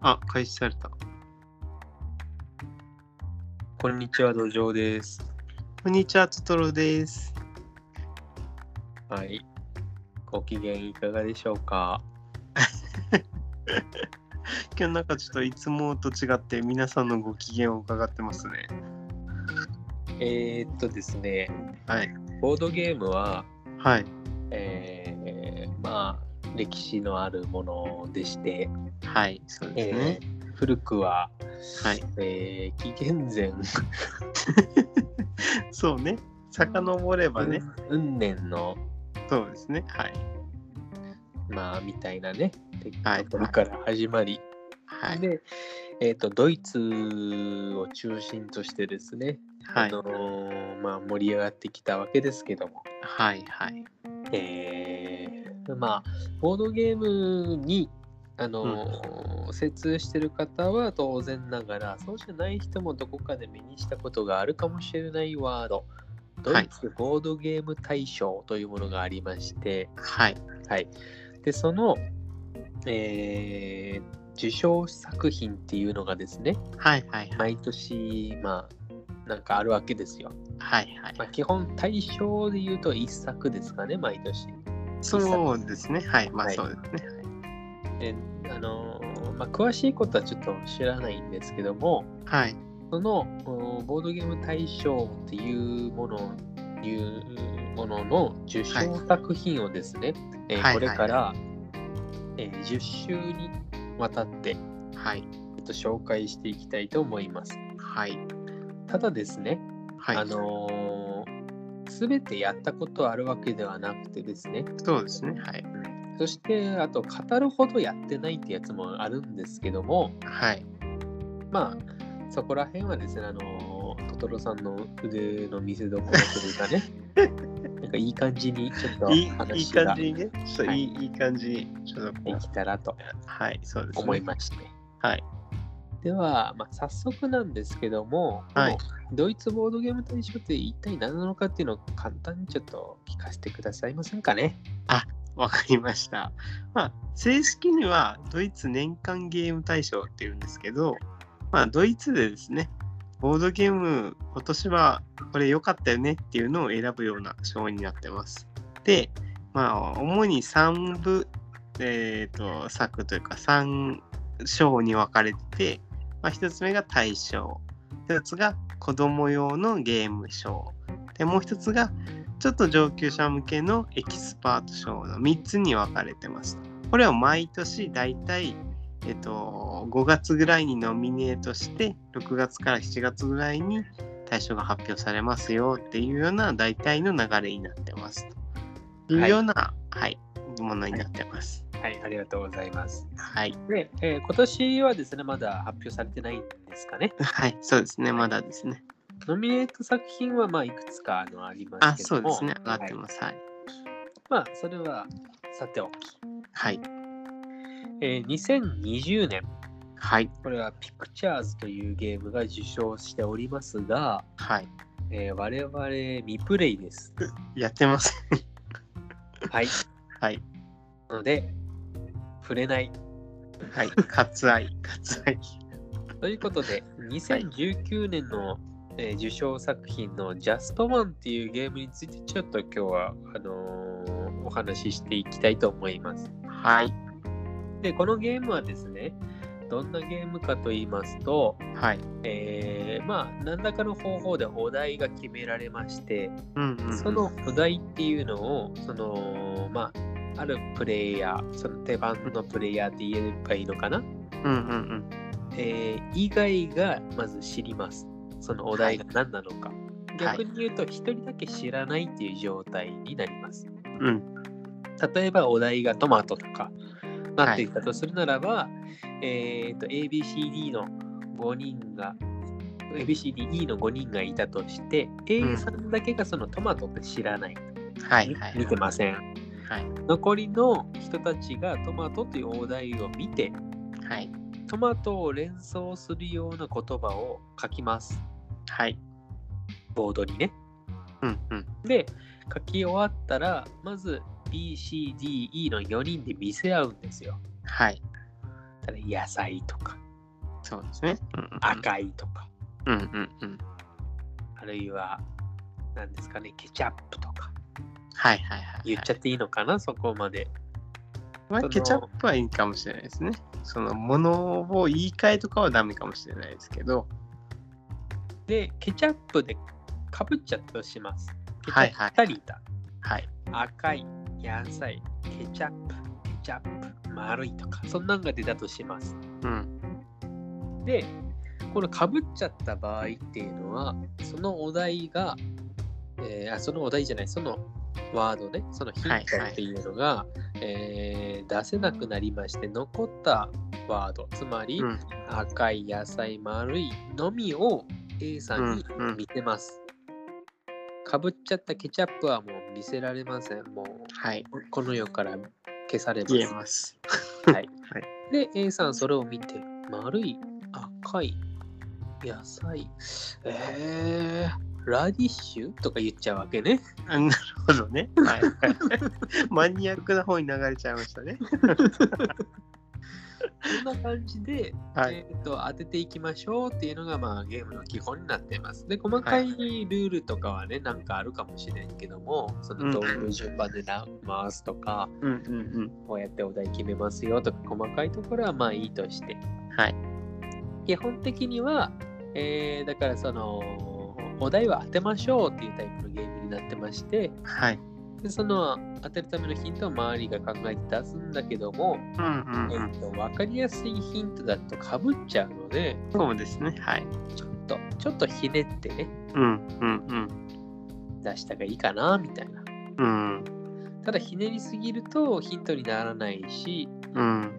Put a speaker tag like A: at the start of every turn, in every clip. A: あ、開始された。
B: こんにちは、土壌です。
A: こんにちは、トトロです。
B: はい。ご機嫌いかがでしょうか
A: 今日なんかちょっといつもと違って皆さんのご機嫌を伺ってますね。
B: えー、っとですね、
A: はい。
B: ボードゲームは、
A: はい。
B: えーまあ、歴史のあるものでして、
A: はい、そうですね
B: え。ー古くは、
A: はい。
B: えー紀元前
A: そうね。遡ればね。
B: 運年の、
A: そうですね。はい。
B: まあ、みたいなね、
A: はい
B: ところから始まり、
A: はい。
B: で、えー、とドイツを中心としてですね、
A: はい
B: あ。のーまあ、盛り上がってきたわけですけども、
A: はい。はい。
B: えーまあボードゲームにあの、精通してる方は当然ながらそうじゃない人もどこかで目にしたことがあるかもしれないワードド
A: はい
B: イツボードゲーム大賞というものがありまして、
A: はい。
B: はい、でその、えー受賞作品っていうのがですね
A: はい。はい。はい。
B: 毎年まあなんかあるわけですよ、
A: はい。
B: まあ、基本大賞でいうと1作ですかね毎年
A: そうですね。はい。まあ、
B: はい
A: そうですね。
B: であのーまあ、詳しいことはちょっと知らないんですけども
A: はい。
B: そのおボードゲーム大賞っていうものいうものの受賞作品をですね、えー
A: はい
B: これから、えー10週にわたって、え
A: はい。
B: っと、紹介していきたいと思います
A: はい。
B: ただですね、
A: はい。
B: あのー全てやったことあるわけではなくてですね
A: そうですね。はい。
B: そしてあと語るほどやってないってやつもあるんですけども、
A: はい。
B: まあそこら辺はですねあのトトロさんの腕の見せ所という かねなんかいい感じにちょっと
A: いいいい
B: 話
A: 感
B: が
A: じにね。ちょっといい、いい感じに。ちょっとこ
B: で
A: う
B: きたらと
A: はい。そうですね。
B: 思いまして、
A: はい。
B: では、まあ、早速なんですけども、
A: はい
B: このドイツボードゲーム大賞って一体何なのかっていうのを簡単にちょっと聞かせてくださいませんかね
A: わかりました。まあ、正式にはドイツ年間ゲーム大賞っていうんですけど、まあ、ドイツでですね、ボードゲーム、今年はこれ良かったよねっていうのを選ぶような賞になってます。で、まあ、主に3部、えー、と作というか3賞に分かれてて、まあ、1つ目が大賞、1つが子供用のゲーム賞、でもう1つがちょっと上級者向けのエキスパート賞の3つに分かれてます。これを毎年だいたいえっと、5月ぐらいにノミネートして、6月から7月ぐらいに対象が発表されますよっていうような大体の流れになってます。というような、はい、ものになってます。
B: はいありがとうございます
A: はい。
B: で、えー今年はですねまだ発表されてないんですかね
A: はい、そうですね、まだですね。
B: ノミネート作品はまあいくつかあのありま
A: あ、
B: すけ
A: そう
B: ども
A: ですね、上がっ
B: はい
A: てます。はい。
B: まあそれはさておき、
A: はい。
B: えー2020年
A: はい。
B: これはピクチャーズというゲームが受賞しておりますが、
A: はい。
B: えー我々未プレイです。
A: やってます。
B: はい。
A: はい。
B: なので触れない
A: はい。割愛。割愛。
B: ということで2019年の、えー受賞作品の「ジャストマン」っていうゲームについてちょっと今日はあのーお話ししていきたいと思います。
A: はい。
B: でこのゲームはですねどんなゲームかと言いますと、
A: はい。
B: えーまあ何らかの方法でお題が決められまして
A: うんうん、うん。
B: そのお題っていうのをそのまああるプレイヤーその手番のプレイヤーって言えばいいのかな、
A: うんうんうん。
B: えー以外がまず知りますそのお題が何なのか、逆に言うと1人だけ知らないっていう状態になります
A: うん、
B: 例えばお題がトマトとかなっていたとするならば、えっ、と ABCD の5人が ABCDE の5人がいたとして、A さんだけがそのトマトって知らない、
A: はいはい
B: 見てません
A: はい
B: 残りの人たちがトマトというお題を見て
A: はい
B: トマトを連想するような言葉を書きます
A: はい
B: ボードにね
A: うんうん
B: で書き終わったらまず BCDE の4人で見せ合うんですよ
A: はい
B: ったら野菜とか
A: そうですね。うん
B: 赤いとか、
A: うんうんうん。
B: あるいは何ですかねケチャップとか
A: はいはいはい。
B: 言っちゃっていいのかな、そこまで
A: まあ、ケチャップはいいかもしれないですね。そのものを言い換えとかはダメかもしれないですけど、
B: でケチャップでかぶっちゃったとしますケチ
A: はい
B: ャ
A: はい
B: ップタリタ
A: はい。
B: 赤い野菜ケチャップケチャップ丸いとかそんなんが出たとします
A: うん。
B: でこのかぶっちゃった場合っていうのはそのお題が、えーあそのお題じゃないそのワードねそのヒン
A: はい
B: ト
A: はい
B: っていうのが、えー出せなくなりまして残ったワードつまり、
A: うん
B: 赤い野菜丸いのみを A さんに
A: うんうん
B: 見せます、かぶっちゃったケチャップはもう見せられませんもう
A: はい。
B: この世から消されます
A: 言えます。
B: はい
A: はい
B: で A さんそれを見て丸い赤い野菜えー、ラディッシュとか言っちゃうわけね。
A: あなるほどね。はい はい。マニアックな方に流れちゃいましたね。
B: こんな感じで、
A: はい。
B: えー、と当てていきましょうっていうのが、まあ、ゲームの基本になっています。で細かいルールとかはね、なんかあるかもしれんけどもそのどういう順番でな回すとか、
A: うんうん
B: こうやってお題決めますよとか細かいところはまあいいとして
A: うん。はい。
B: 基本的には、えーだからそのお題は当てましょうっていうタイプのゲームになってまして
A: はい。
B: でその当てるためのヒントを周りが考えて出すんだけど
A: う
B: も、
A: んうん
B: え
A: うん。
B: ー、と分かりやすいヒントだとかぶっちゃうので
A: そうですね。はい。
B: ちょっとちょっとひねってね
A: うんうん
B: 出した方がいいかなみたいな
A: うん。うん
B: ただひねりすぎるとヒントにならないし
A: うん。
B: っ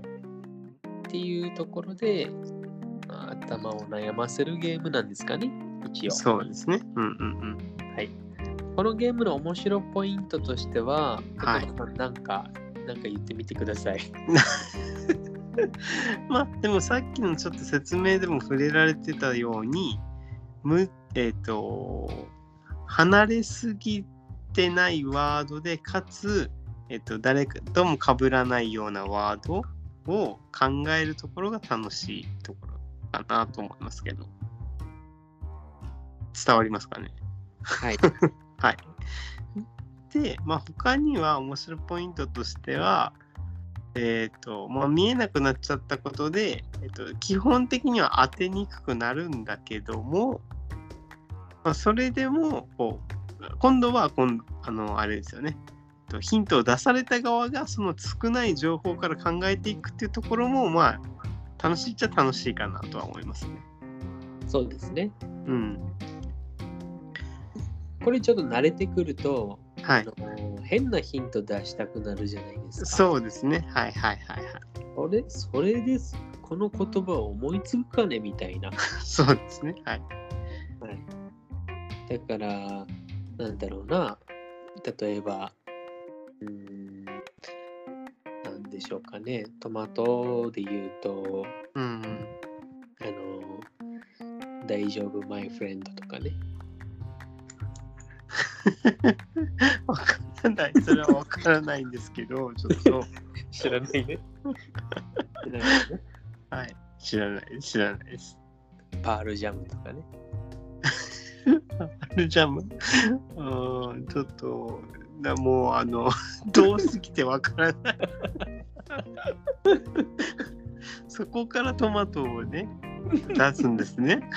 B: ていうところで、まあ頭を悩ませるゲームなんですかね一応
A: そうですね。うんうん
B: このゲームの面白ポイントとしては、
A: はい
B: ペトロさんなんか、なんか言ってみてください。
A: うん。 まあでもさっきのちょっと説明でも触れられてたように、むえっ、と離れすぎてないワードでかつえっ、と誰かとも被らないようなワードを考えるところが楽しいところかなと思いますけど。伝わりますかね。
B: はい。
A: はい。で、まあ、他には面白いポイントとしては、えっ、と、まあ、見えなくなっちゃったことで、えっと基本的には当てにくくなるんだけども、まあ、それでもこう今度はこんあのあれですよねえっとヒントを出された側がその少ない情報から考えていくっていうところもまあ楽しいっちゃ楽しいかなとは思いますね。
B: そうですね。
A: うん。
B: これちょっと慣れてくると、
A: は
B: あ
A: い。
B: の変なヒント出したくなるじゃないですか。
A: そうですね。はいはいはい はい。
B: あれそれです。この言葉を思いつくかねみたいな。
A: そうですね。はい。
B: だから、なんだろうな。例えば、うーん、なんでしょうかね。トマトで言うと、
A: うん。
B: あの、大丈夫、マイフレンドとかね。
A: わからない。それはわからないんですけど、 ちょっと。
B: 知らないね。
A: はい。知らない。知らないです。
B: パールジャムとかね。
A: パルジャム。うーん、ちょっと、なもう、あの、 遠すぎてわからない。 そこからトマトをね、出すんですね。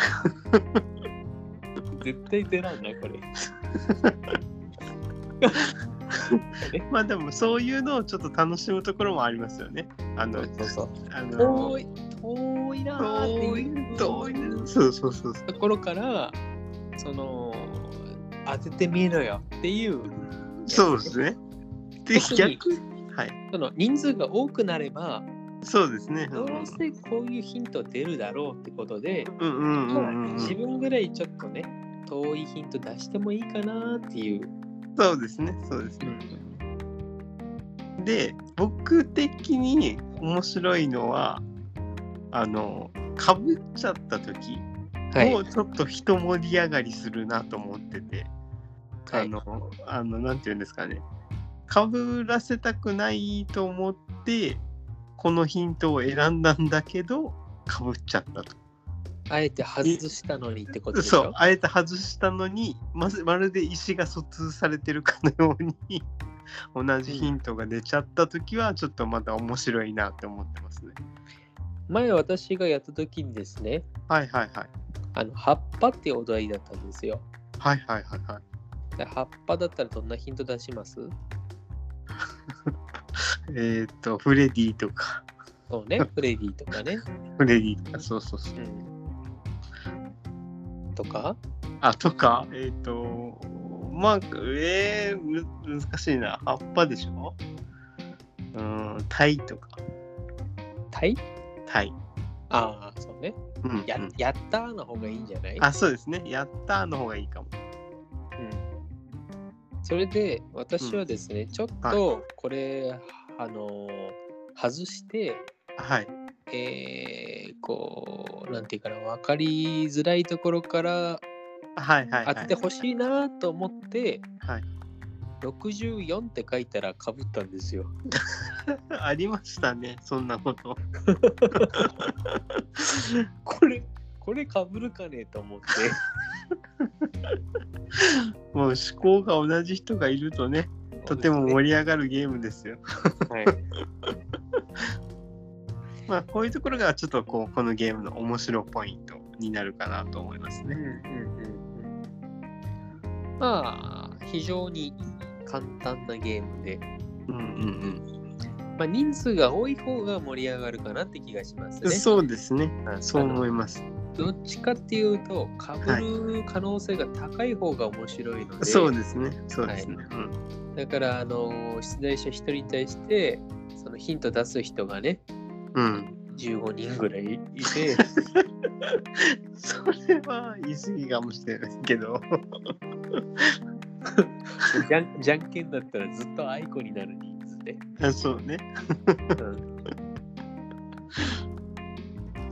B: 絶対出らんな、これ。
A: まあでも、そういうのをちょっと楽しむところもありますよね。あの、
B: そうそう。
A: あの
B: 遠、い、遠いなー
A: 遠
B: って
A: い
B: いう、
A: 遠い。そうそうそうそう。
B: ところから、その、当ててみろよっていう。
A: そうですね。で、
B: 特に
A: 逆に、はい。
B: その人数が多くなれば、
A: そうですね。
B: どうせこういうヒント出るだろうってことで、
A: うんうんうんうん、
B: 自分ぐらいちょっとね、遠いヒント出してもいいかなっていう。
A: そうですね、そうですね。で、僕的に面白いのは、あの、かぶっちゃった時、もうちょっと人盛り上がりするなと思ってて、あの、あの、なんていうんですかね、かぶらせたくないと思って、このヒントを選んだんだけど、かぶっちゃったと。
B: あえて外したのにってことでし
A: そう
B: ょ、
A: あえて外したのに、まずまるで石が疎通されてるかのように、 同じヒントが出ちゃったときは、ちょっとまた面白いなって思ってますね。
B: 前私がやった時にですね
A: はいはいはい。
B: あの葉っぱっていうお題だったんですよ
A: はいはいはいはい。
B: で葉っぱだったらどんなヒント出します
A: えっ、と、フレディとか、
B: そうねフレディとかね、
A: フレディとか、そうそうそう。
B: うん、とか
A: あ、とか、えっ、と、まあ、えー、む難しいな。葉っぱでしょうーん、タイとか、
B: タイ
A: タイ。
B: ああそうね
A: うん、
B: や
A: うん
B: やったーの方がいいんじゃない
A: あ、そうですね。やったーの方がいいかも。
B: それで私はですね、ちょっとこれ、あのー外して
A: はい。
B: えー、こうなんていうかな分かりづらいところから
A: はいはい、は
B: 当
A: い。
B: ててほしいなと思って、
A: はい
B: 64って書いたらかぶったんですよ。
A: ありましたね、そんなこと。
B: これこれかぶるかねえと思って。
A: もう思考が同じ人がいるとね、 とても盛り上がるゲームですよ。
B: はい、
A: まあ、こういうところがちょっとこう、このゲームの面白ポイントになるかなと思います
B: うん
A: ね。
B: うんうんうんまあ非常に簡単なゲームで、
A: うんうん
B: まあ、人数が多い方が盛り上がるかなって気がします
A: うん。
B: ね。
A: そうですね。
B: はい
A: そう思います。
B: どっちかっていうと、かぶる可能性が高い方が面白いので、
A: そうですね。そうですね。うん
B: だから、あの出題者1人に対して、そのヒント出す人がね、
A: うん。
B: 15人ぐらいいて、
A: それは言い過ぎかもしれないけど。
B: じゃんじゃんけんだったらずっとアイコになる人数で、
A: あそうね。
B: うんそう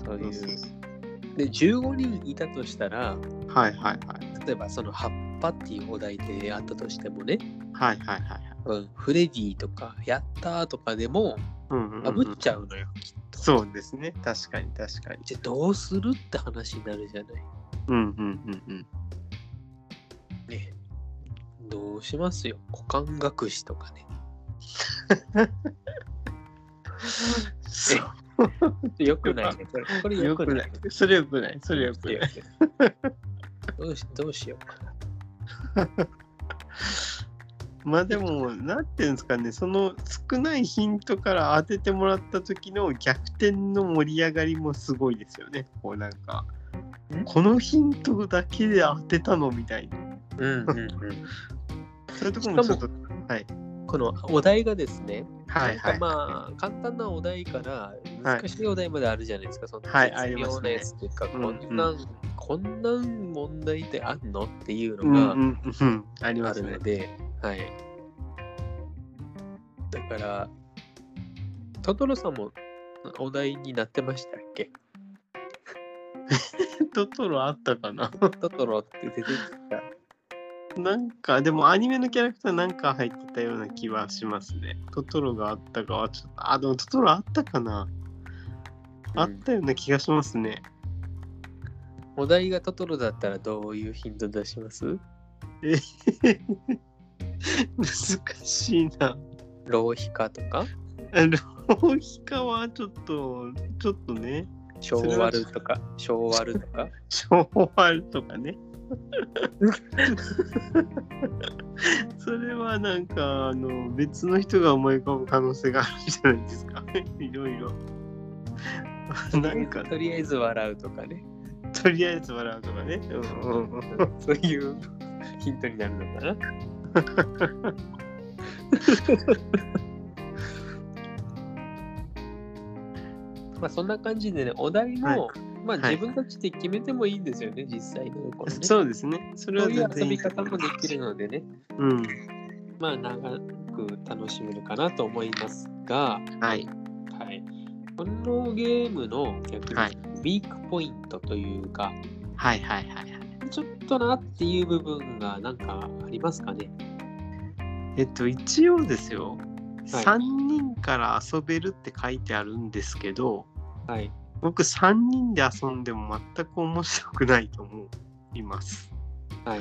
A: そ
B: いう。
A: そうそう
B: で、15人いたとしたら、
A: うはいはいはい。
B: 例えばその葉っぱっていうお題であったとしてもね、
A: はいはいはいはい。
B: うん、フレディとか、やったーとかでも、
A: うんうん
B: か
A: う
B: ぶ
A: ん
B: っちゃうのよ、きっと。
A: そうですね。確かに確かに。
B: じゃあどうするって話になるじゃない。
A: うんうんうんうん。
B: ね。どうしますよ。股間隠しとかね。
A: そう
B: よくないね。これこれよ
A: よ
B: く
A: く
B: な
A: ない
B: い。。
A: それよくない。それよくない。
B: どうしどうしようかな。
A: まあでも、なんていうんですかね、その少ないヒントから当ててもらった時の逆転の盛り上がりもすごいですよね。こうなんか
B: ん、
A: このヒントだけで当てたのみたいな。
B: うんうん
A: そういうところもちょっと、はい。
B: うん、このお題がですね、
A: はい
B: な
A: は
B: んか
A: い。
B: まあ、簡単なお題から難しいお題まであるじゃないですか、その
A: はいあ
B: 絶
A: りま
B: 妙
A: す
B: な
A: ね
B: やつっていうか、
A: うんうん
B: こんなん、こんなん問題ってあんのっていう
A: うんうん
B: の
A: うん。あり
B: があ
A: ます
B: る
A: ね
B: の。で、はい。だから、トトロさんもお題になってましたっけ
A: トトロあったかな
B: トトロって出てきた。
A: なんか、でもアニメのキャラクターなんか入ってたような気はしますね。トトロがあったかはちょっと、あ、でもトトロあったかなあったような気がしますね。
B: お題がトトロだったらどういうヒント出します
A: えへへ難しいな。
B: 浪費家とか
A: 浪費家はちょっと、ちょっとね、
B: 昭和るとか昭和るとか
A: 昭和とか ね。それはなんかあの別の人が思い浮かぶ可能性があるんじゃないですか。いろいろ。なんか
B: とりあえず笑うとか ね
A: とりあえず笑うとかね。うんうんうん
B: そういうヒントになるの かなまあそんな感じでねお題も、
A: は
B: まあ
A: はい
B: 自分たちで決めてもいいんですよね、実際のところね
A: そうですね。それ
B: そ
A: は
B: ういう
A: 全
B: 遊
A: 然い
B: び
A: いと
B: 方
A: 思い
B: も
A: ます
B: できるのでね
A: うん。
B: まあ長く楽しめるかなと思いますが、
A: はい。
B: はい、このゲームの逆
A: はい
B: にウィークポイントというか、
A: はいはいはいはい。
B: ちょっとなっていう部分がなんかありますかね
A: えっと、一応ですよ、
B: はい
A: 3人から遊べるって書いてあるんですけど、
B: はい。
A: 僕3人で遊んでも全く面白くないと思います。
B: はい。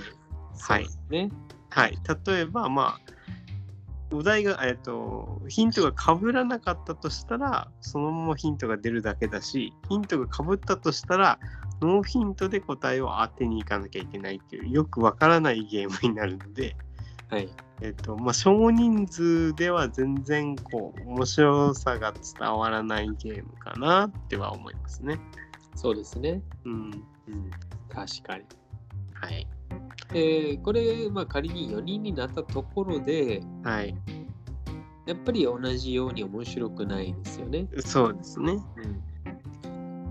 A: はい。
B: ね。
A: はい、例えば、まあ、お題が、えっと、ヒントが被らなかったとしたら、そのままヒントが出るだけだし、ヒントが被ったとしたら、ノーヒントで答えを当てに行かなきゃいけないっていう、よくわからないゲームになるので、
B: はい。
A: えっとまあ、少人数では全然こう面白さが伝わらないゲームかなっては思いますね。
B: そうですね。
A: うんうん、
B: 確かに。
A: はい、
B: えーこれ、まあ、仮に4人になったところで、
A: はい、
B: やっぱり同じように面白くないですよね。
A: そうですね。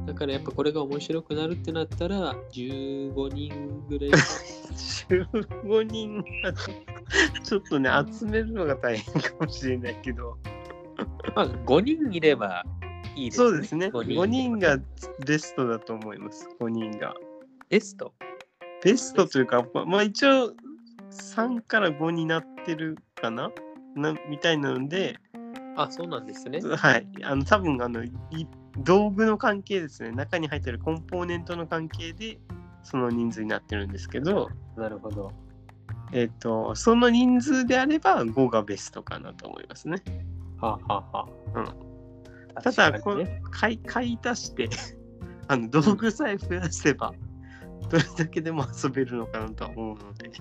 B: だからやっぱこれが面白くなるってなったら、15人ぐら い。
A: 15人だとちょっとね集めるのが大変かもしれないけど
B: まあ、5人いればいいですね。
A: そうですね5人がベストだと思います5人が
B: ベスト。
A: ベストというかままあ一応3から5になってるかななみたいなので
B: あ、そうなんですね。
A: はいあの多分あのい道具の関係ですね中に入ってるコンポーネントの関係でその人数になってるんですけど、
B: なるほど。
A: えっとその人数であれば5がベストかなと思いますね。
B: はあ、はあはあ、
A: ただ
B: 確か
A: こ
B: に
A: う
B: ね、
A: 買い買い足して あの道具さえ増やせばどれだけでも遊べるのかなとは思うので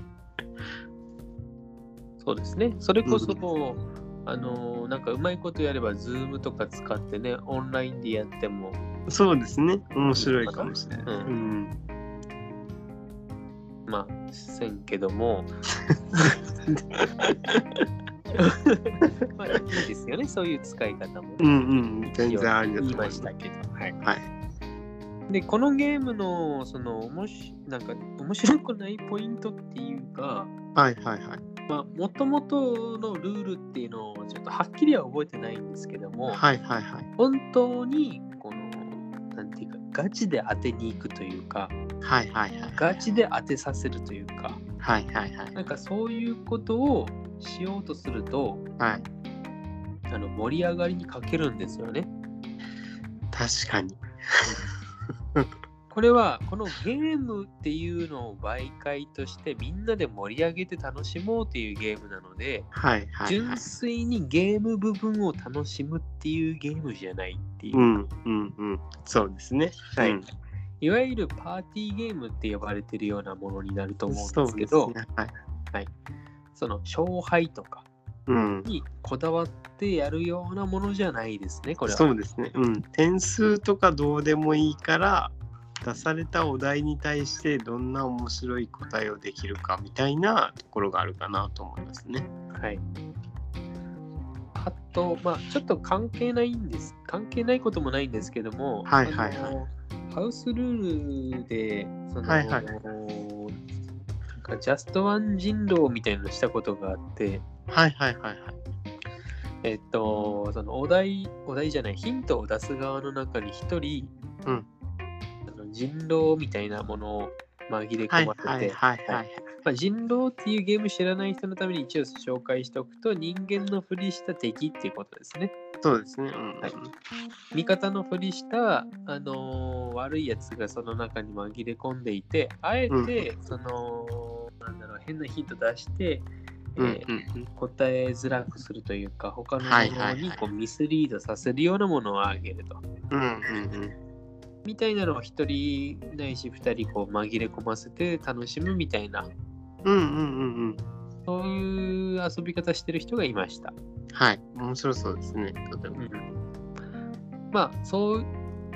B: そうですね。それこそもう、あのーなんかうまいことやれば、ズームとか使ってね、オンラインでやっても、
A: そうですね面白いかもしれない、
B: うん
A: うん、
B: まあ、せんけども。 まあ、いいですよね、そういう使い方も。
A: うんうん全然ありだと
B: 言
A: 思
B: い
A: いま
B: ますしたけど。はい。
A: はい
B: で、このゲームの、その、おもし、なんか、面白くないポイントっていうか、
A: はいはいはい
B: まあ、もともとのルールっていうのを、ちょっとはっきりは覚えてないんですけども、
A: はいはいはい
B: 本当に、この、なんていうか、ガチで当てに行くというか、
A: はいはいはい
B: ガチで当てさせるというか、
A: はいはいはい
B: なんかそういうことをしようとすると、
A: はい
B: あの盛り上がりに欠けるんですよね。
A: 確かに
B: これはこのゲームっていうのを媒介としてみんなで盛り上げて楽しもうっていうゲームなので、
A: はいはいは
B: 純
A: い
B: 粋にゲーム部分を楽しむっていうゲームじゃないっていう、
A: うんうんうんそうですね
B: はい
A: うん
B: いわゆるパーティーゲームって呼ばれてるようなものになると思うんですけど
A: そうですねはい
B: その勝敗とか
A: うん
B: にこだわってやるようなものじゃないですねこれは。
A: そうですね、うん、点数とかどうでもいいから出されたお題に対してどんな面白い答えをできるかみたいなところがあるかなと思いますね。
B: はい。あと、まあ、ちょっと関係ないんです。関係ないこともないんですけども、
A: はいはいはい
B: あのハウスルールで、その、
A: はいはい
B: なんかジャストワン人狼みたいなのしたことがあって、
A: はいはいはいはい。
B: えっと、そのお題、お題じゃない、ヒントを出す側の中に一人、
A: うん
B: あの人狼みたいなものを紛れ
A: は
B: 込
A: い
B: まれて、
A: はいはいはい。
B: まあ、人狼っていうゲーム知らない人のために一応紹介しておくと人間のふりした敵っていうことですね。
A: そうですね。うん
B: はい味方のふりした、あのー悪いやつがその中に紛れ込んでいてあえてその、なんだろう変なヒント出して、え
A: うんうん
B: ー
A: うん
B: 答えづらくするというか他のも
A: はいは
B: の
A: い
B: に
A: はい
B: こうミスリードさせるようなものをあげると。
A: うんうんうんうん
B: みたいなのを1人ないし2人こう紛れ込ませて楽しむみたいな
A: うんうんうんうん。
B: そういう遊び方してる人がいました。
A: はい。面白そうですね。とても。
B: まあそ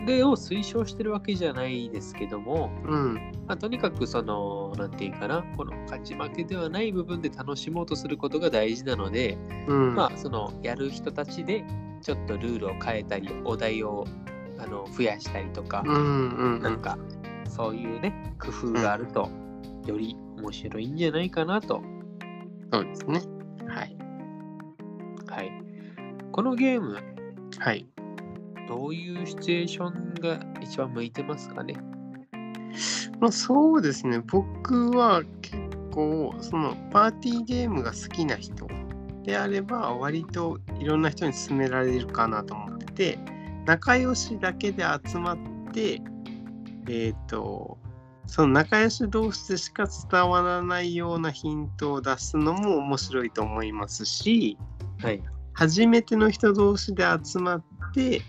B: れを推奨してるわけじゃないですけども、
A: うん。
B: まあ、とにかくその何て言うかなこの勝ち負けではない部分で楽しもうとすることが大事なので、
A: うん。
B: まあそのやる人たちでちょっとルールを変えたりお題をあの増やしたりとか、
A: うんうんう
B: なん
A: ん。
B: かそういうね工夫があると、より面白いんじゃないかなと
A: そうですね。はい。
B: はいこのゲーム
A: はい。
B: どういうシチュエーションが一番向いてますかね
A: まあ、そうですね僕は結構そのパーティーゲームが好きな人であれば割といろんな人に勧められるかなと思ってて仲良しだけで集まってえっ、とその仲良し同士でしか伝わらないようなヒントを出すのも面白いと思いますし
B: はい。
A: 初めての人同士で集まって、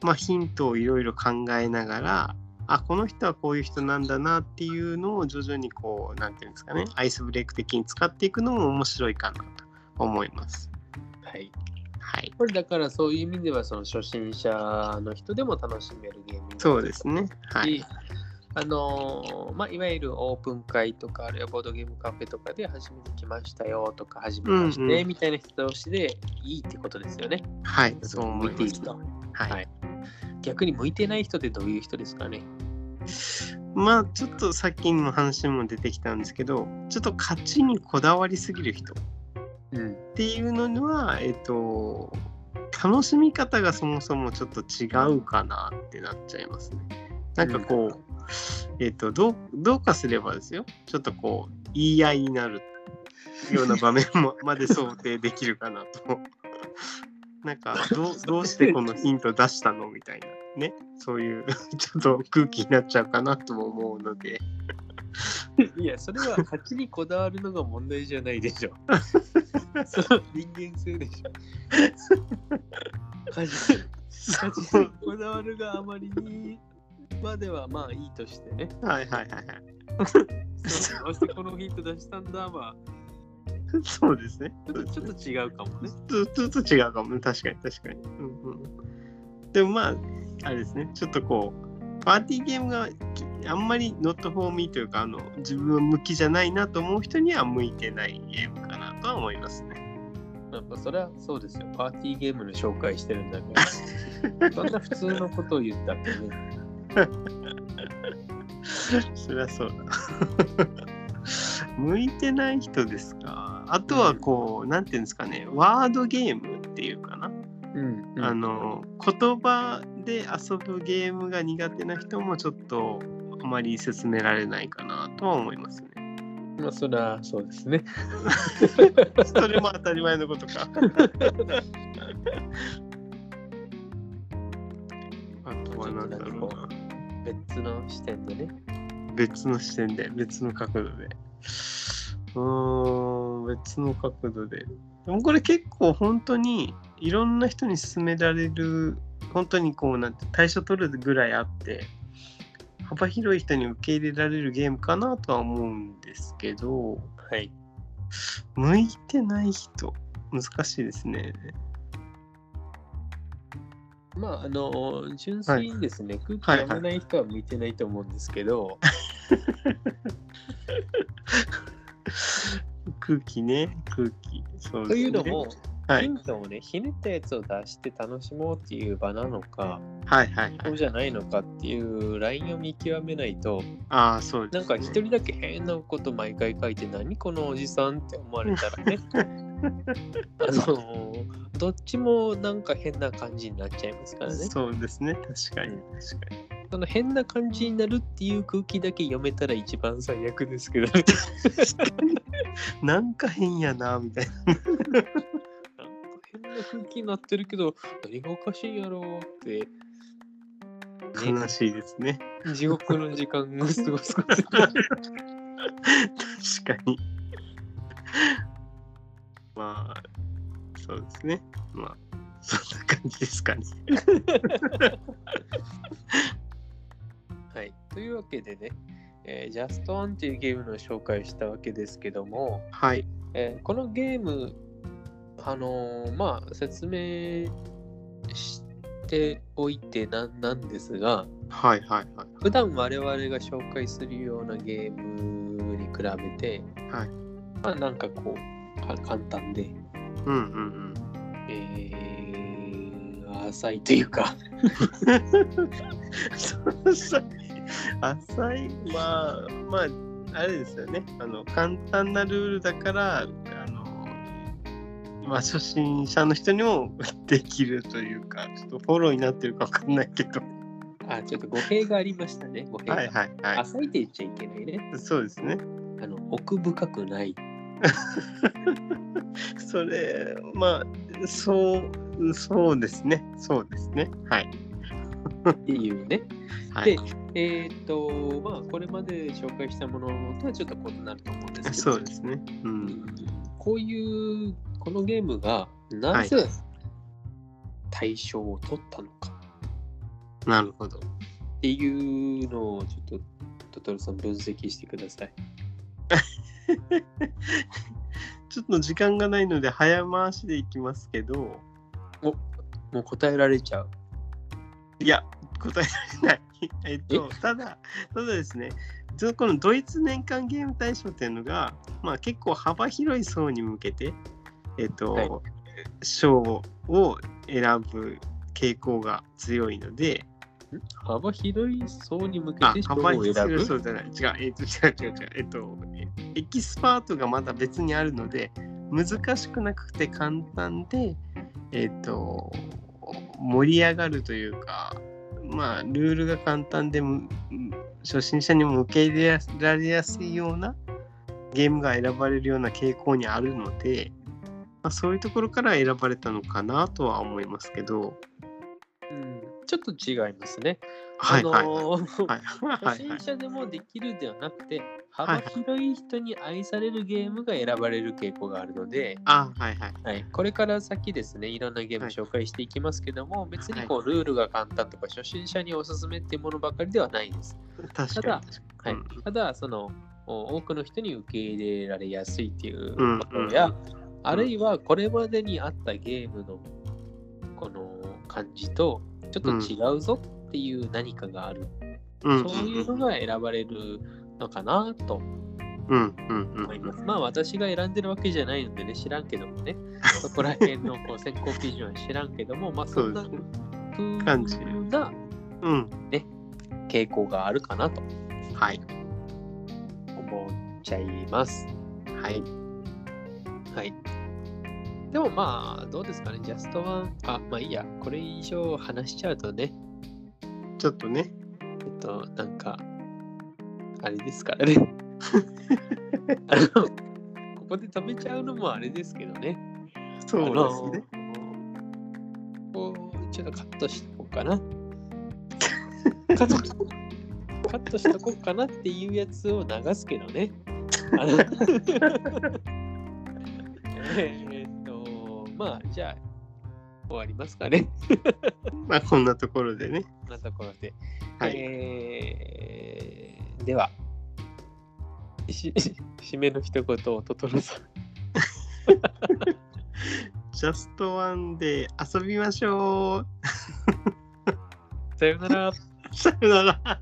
A: まあ、ヒントをいろいろ考えながらあこの人はこういう人なんだなっていうのを徐々にこうなんていうんですかねアイスブレイク的に使っていくのも面白いかなと思います。
B: はい。
A: はい、
B: これだからそういう意味では、その初心者の人でも楽しめるゲームになって
A: そうですね。はい、
B: しあのーまあ、いわゆるオープン会とか、あるいはボードゲームカフェとかで初めて来ましたよとか、初めまし
A: うんう
B: てみたいな人同士でいいってことですよね。
A: はい、そう思い
B: 向い
A: ま
B: て
A: す
B: い。ると。
A: はい、
B: 逆に向いてない人ってどういう人ですかね。
A: まあちょっとさっきの話にも出てきたんですけどちょっと勝ちにこだわりすぎる人
B: うん。
A: っていうのは、えっと、楽しみ方がそもそもちょっと違うかなってなっちゃいますね。なんかこう、えっと、どうどうかすればですよちょっとこう言い合いになるような場面 もまで想定できるかなと。なんかどうどうしてこのヒント出したのみたいなねそういうちょっと空気になっちゃうかなとも思うので
B: いや、それは勝ちにこだわるのが問題じゃないで しょ。その人間性でしょ。勝ち勝ちにこだわるがあまりにまではまあいいとしてね。
A: はいはいはいはい
B: そうどうしてこのヒント出したんだまあ
A: そうですね
B: ちょっとちょっと違うかもね。
A: ずっと違うかも確かに確かに、うんうん、でもまああれですねちょっとこうパーティーゲームがきあんまりノットフォーミーというかあの自分は向きじゃないなと思う人には向いてないゲームかなとは思いますね
B: なんかそれはそうですよ。パーティーゲームの紹介してるんだ から。そんな普通のことを言ったってね。
A: そりゃそうだ 向いてない人ですかあとはこうなんていうんですかねワードゲームっていうかな
B: うん、
A: あの言葉で遊ぶゲームが苦手な人もちょっとあまり勧められないかなとは思います ね。
B: まあそれはそうですね。
A: それも当たり前のこと か。あとは何だろうな。
B: 別の視点でね。
A: 別の視点で、別の角度で。うーん、別の角度で。でもこれ結構本当にいろんな人に勧められる、本当にこうなんて対処取るぐらいあって、幅広い人に受け入れられるゲームかなとは思うんですけど、
B: はい。
A: 向いてない人、難しいですね。
B: まああの純粋にですね、空気読めない人は向いてないと思うんですけど、
A: 空気ね、空気。そうで
B: と
A: す
B: い
A: ね
B: うのも、
A: はい
B: ヒントをねひねったやつを出して楽しもうっていう場なのか、
A: はいはいは
B: そう
A: い。
B: じゃないのかっていうラインを見極めないと
A: ああ、そうです、
B: なん
A: ね。
B: か一人だけ変なこと毎回書いて何このおじさんって思われたらねあのどっちもなんか変な感じになっちゃいますからね
A: そうですね、確かに。確かに。
B: その変な感じになるっていう空気だけ読めたら一番最悪ですけどね
A: なんか変やなみたいな。
B: なんか変な空気になってるけど何がおかしいんやろうって、ね
A: 悲しいですね。
B: 地獄の時間を過ごすことになる
A: 確かに。 まあ、そうですね。まあ、そんな感じですかね。
B: はい、というわけでね、えー、ジャストオンっていうゲームの紹介をしたわけですけども、
A: はい。
B: えーこのゲーム、あのーまあ、説明しておいてなんなんですが、
A: はいはいは
B: 普段我々が紹介するようなゲームに比べて、
A: はい
B: まあ、なんかこう、か簡単で、
A: い。うんうん
B: えー、浅いというか、
A: うん。浅い。 浅い。まあ、まあ、あれですよね。あの、簡単なルールだから、あの、まあ、初心者の人にも できるというか、ちょっとフォローになってるかわかんないけど。
B: あ、ちょっと語弊がありましたね、語弊が。
A: はいはいはい。
B: 浅いって言っちゃいけないね。
A: そうですね。
B: あの奥深くない
A: それ、まあ、そう、そうですね。そうですね。はい。
B: っていうね。
A: は
B: で
A: い、、
B: えーっと、まあ、これまで紹介したものとはちょっと異なると思うんですけど、
A: そうですね。うん。
B: こういう、このゲームがな
A: は
B: ぜ対象を取ったのか
A: なるほど。
B: っていうのをちょっと、トトロさん分析してください。
A: ちょっと時間がないので早回しでいきますけど、
B: もう答えられちゃう。
A: いや、答えられない。え っと、ただ、ただですね、そのこのドイツ年間ゲーム大賞っていうのが、まあ、結構幅広い層に向けて、えっと、
B: はい
A: 賞を選ぶ傾向が強いので、
B: 幅広い層に向け
A: あ
B: て、
A: 幅
B: 人を選
A: 広い
B: ぶ。
A: 層じゃない。違う、えっと、 違う違う違う。えっと、エキスパートがまだ別にあるので、難しくなくて簡単で、えっと、盛り上がるというか、まあ、ルールが簡単で、む初心者にも受け入れられやすいようなゲームが選ばれるような傾向にあるので、まあ、そういうところから選ばれたのかなとは思いますけど、
B: うんちょっと違いますね。
A: はいはい、
B: あのー
A: はいはいは
B: 初
A: いは
B: 心
A: い。
B: 者でもできるではなくて、
A: はい
B: 幅広い人に愛されるゲームが選ばれる傾向があるので、
A: あ、はいはい。
B: はい、これから先ですね、いろんなゲーム
A: はい
B: 紹介していきますけども、別にこうルールが簡単とか、初心者におすすめっていうものばかりではないです。
A: 確かに確かに。
B: はい
A: うん
B: ただ、そのお多くの人に受け入れられやすいっていう
A: うん
B: ことや、あるいはこれまでにあったゲームのこの感じとちょっと違うぞっていう何かがある
A: うん
B: そういうのが選ばれるのかなと
A: うんうんうん
B: 思います。まあ私が選んでるわけじゃないのでね、知らんけども ね、そこら辺のこう選考基準は知らんけども、まあそ
A: そうんで
B: な
A: すね。
B: 風
A: 感じ
B: な
A: うん。
B: 傾向があるかなと
A: はい。
B: 思っちゃいます。
A: はい。
B: はい。でもまあどうですかね、ジャストワン、あ、まあいいや、これ以上話しちゃうとね、
A: ちょっとね。
B: ちょっとなんか、あれですか らね。あのここで食べちゃうのもあれですけどね。
A: そうですね。
B: あのこうちょっとカットしとこう かな。カットカットしとこうかなっていうやつを流すけどね。あの えーっと、まあ、じゃあ、終わりますかね。
A: まあこんなところでね。
B: こんなところで。
A: はい。
B: えーでは、し 締めの一言をトトロさん。
A: ジャストワンで遊びましょう。
B: さよなら。
A: さよなら。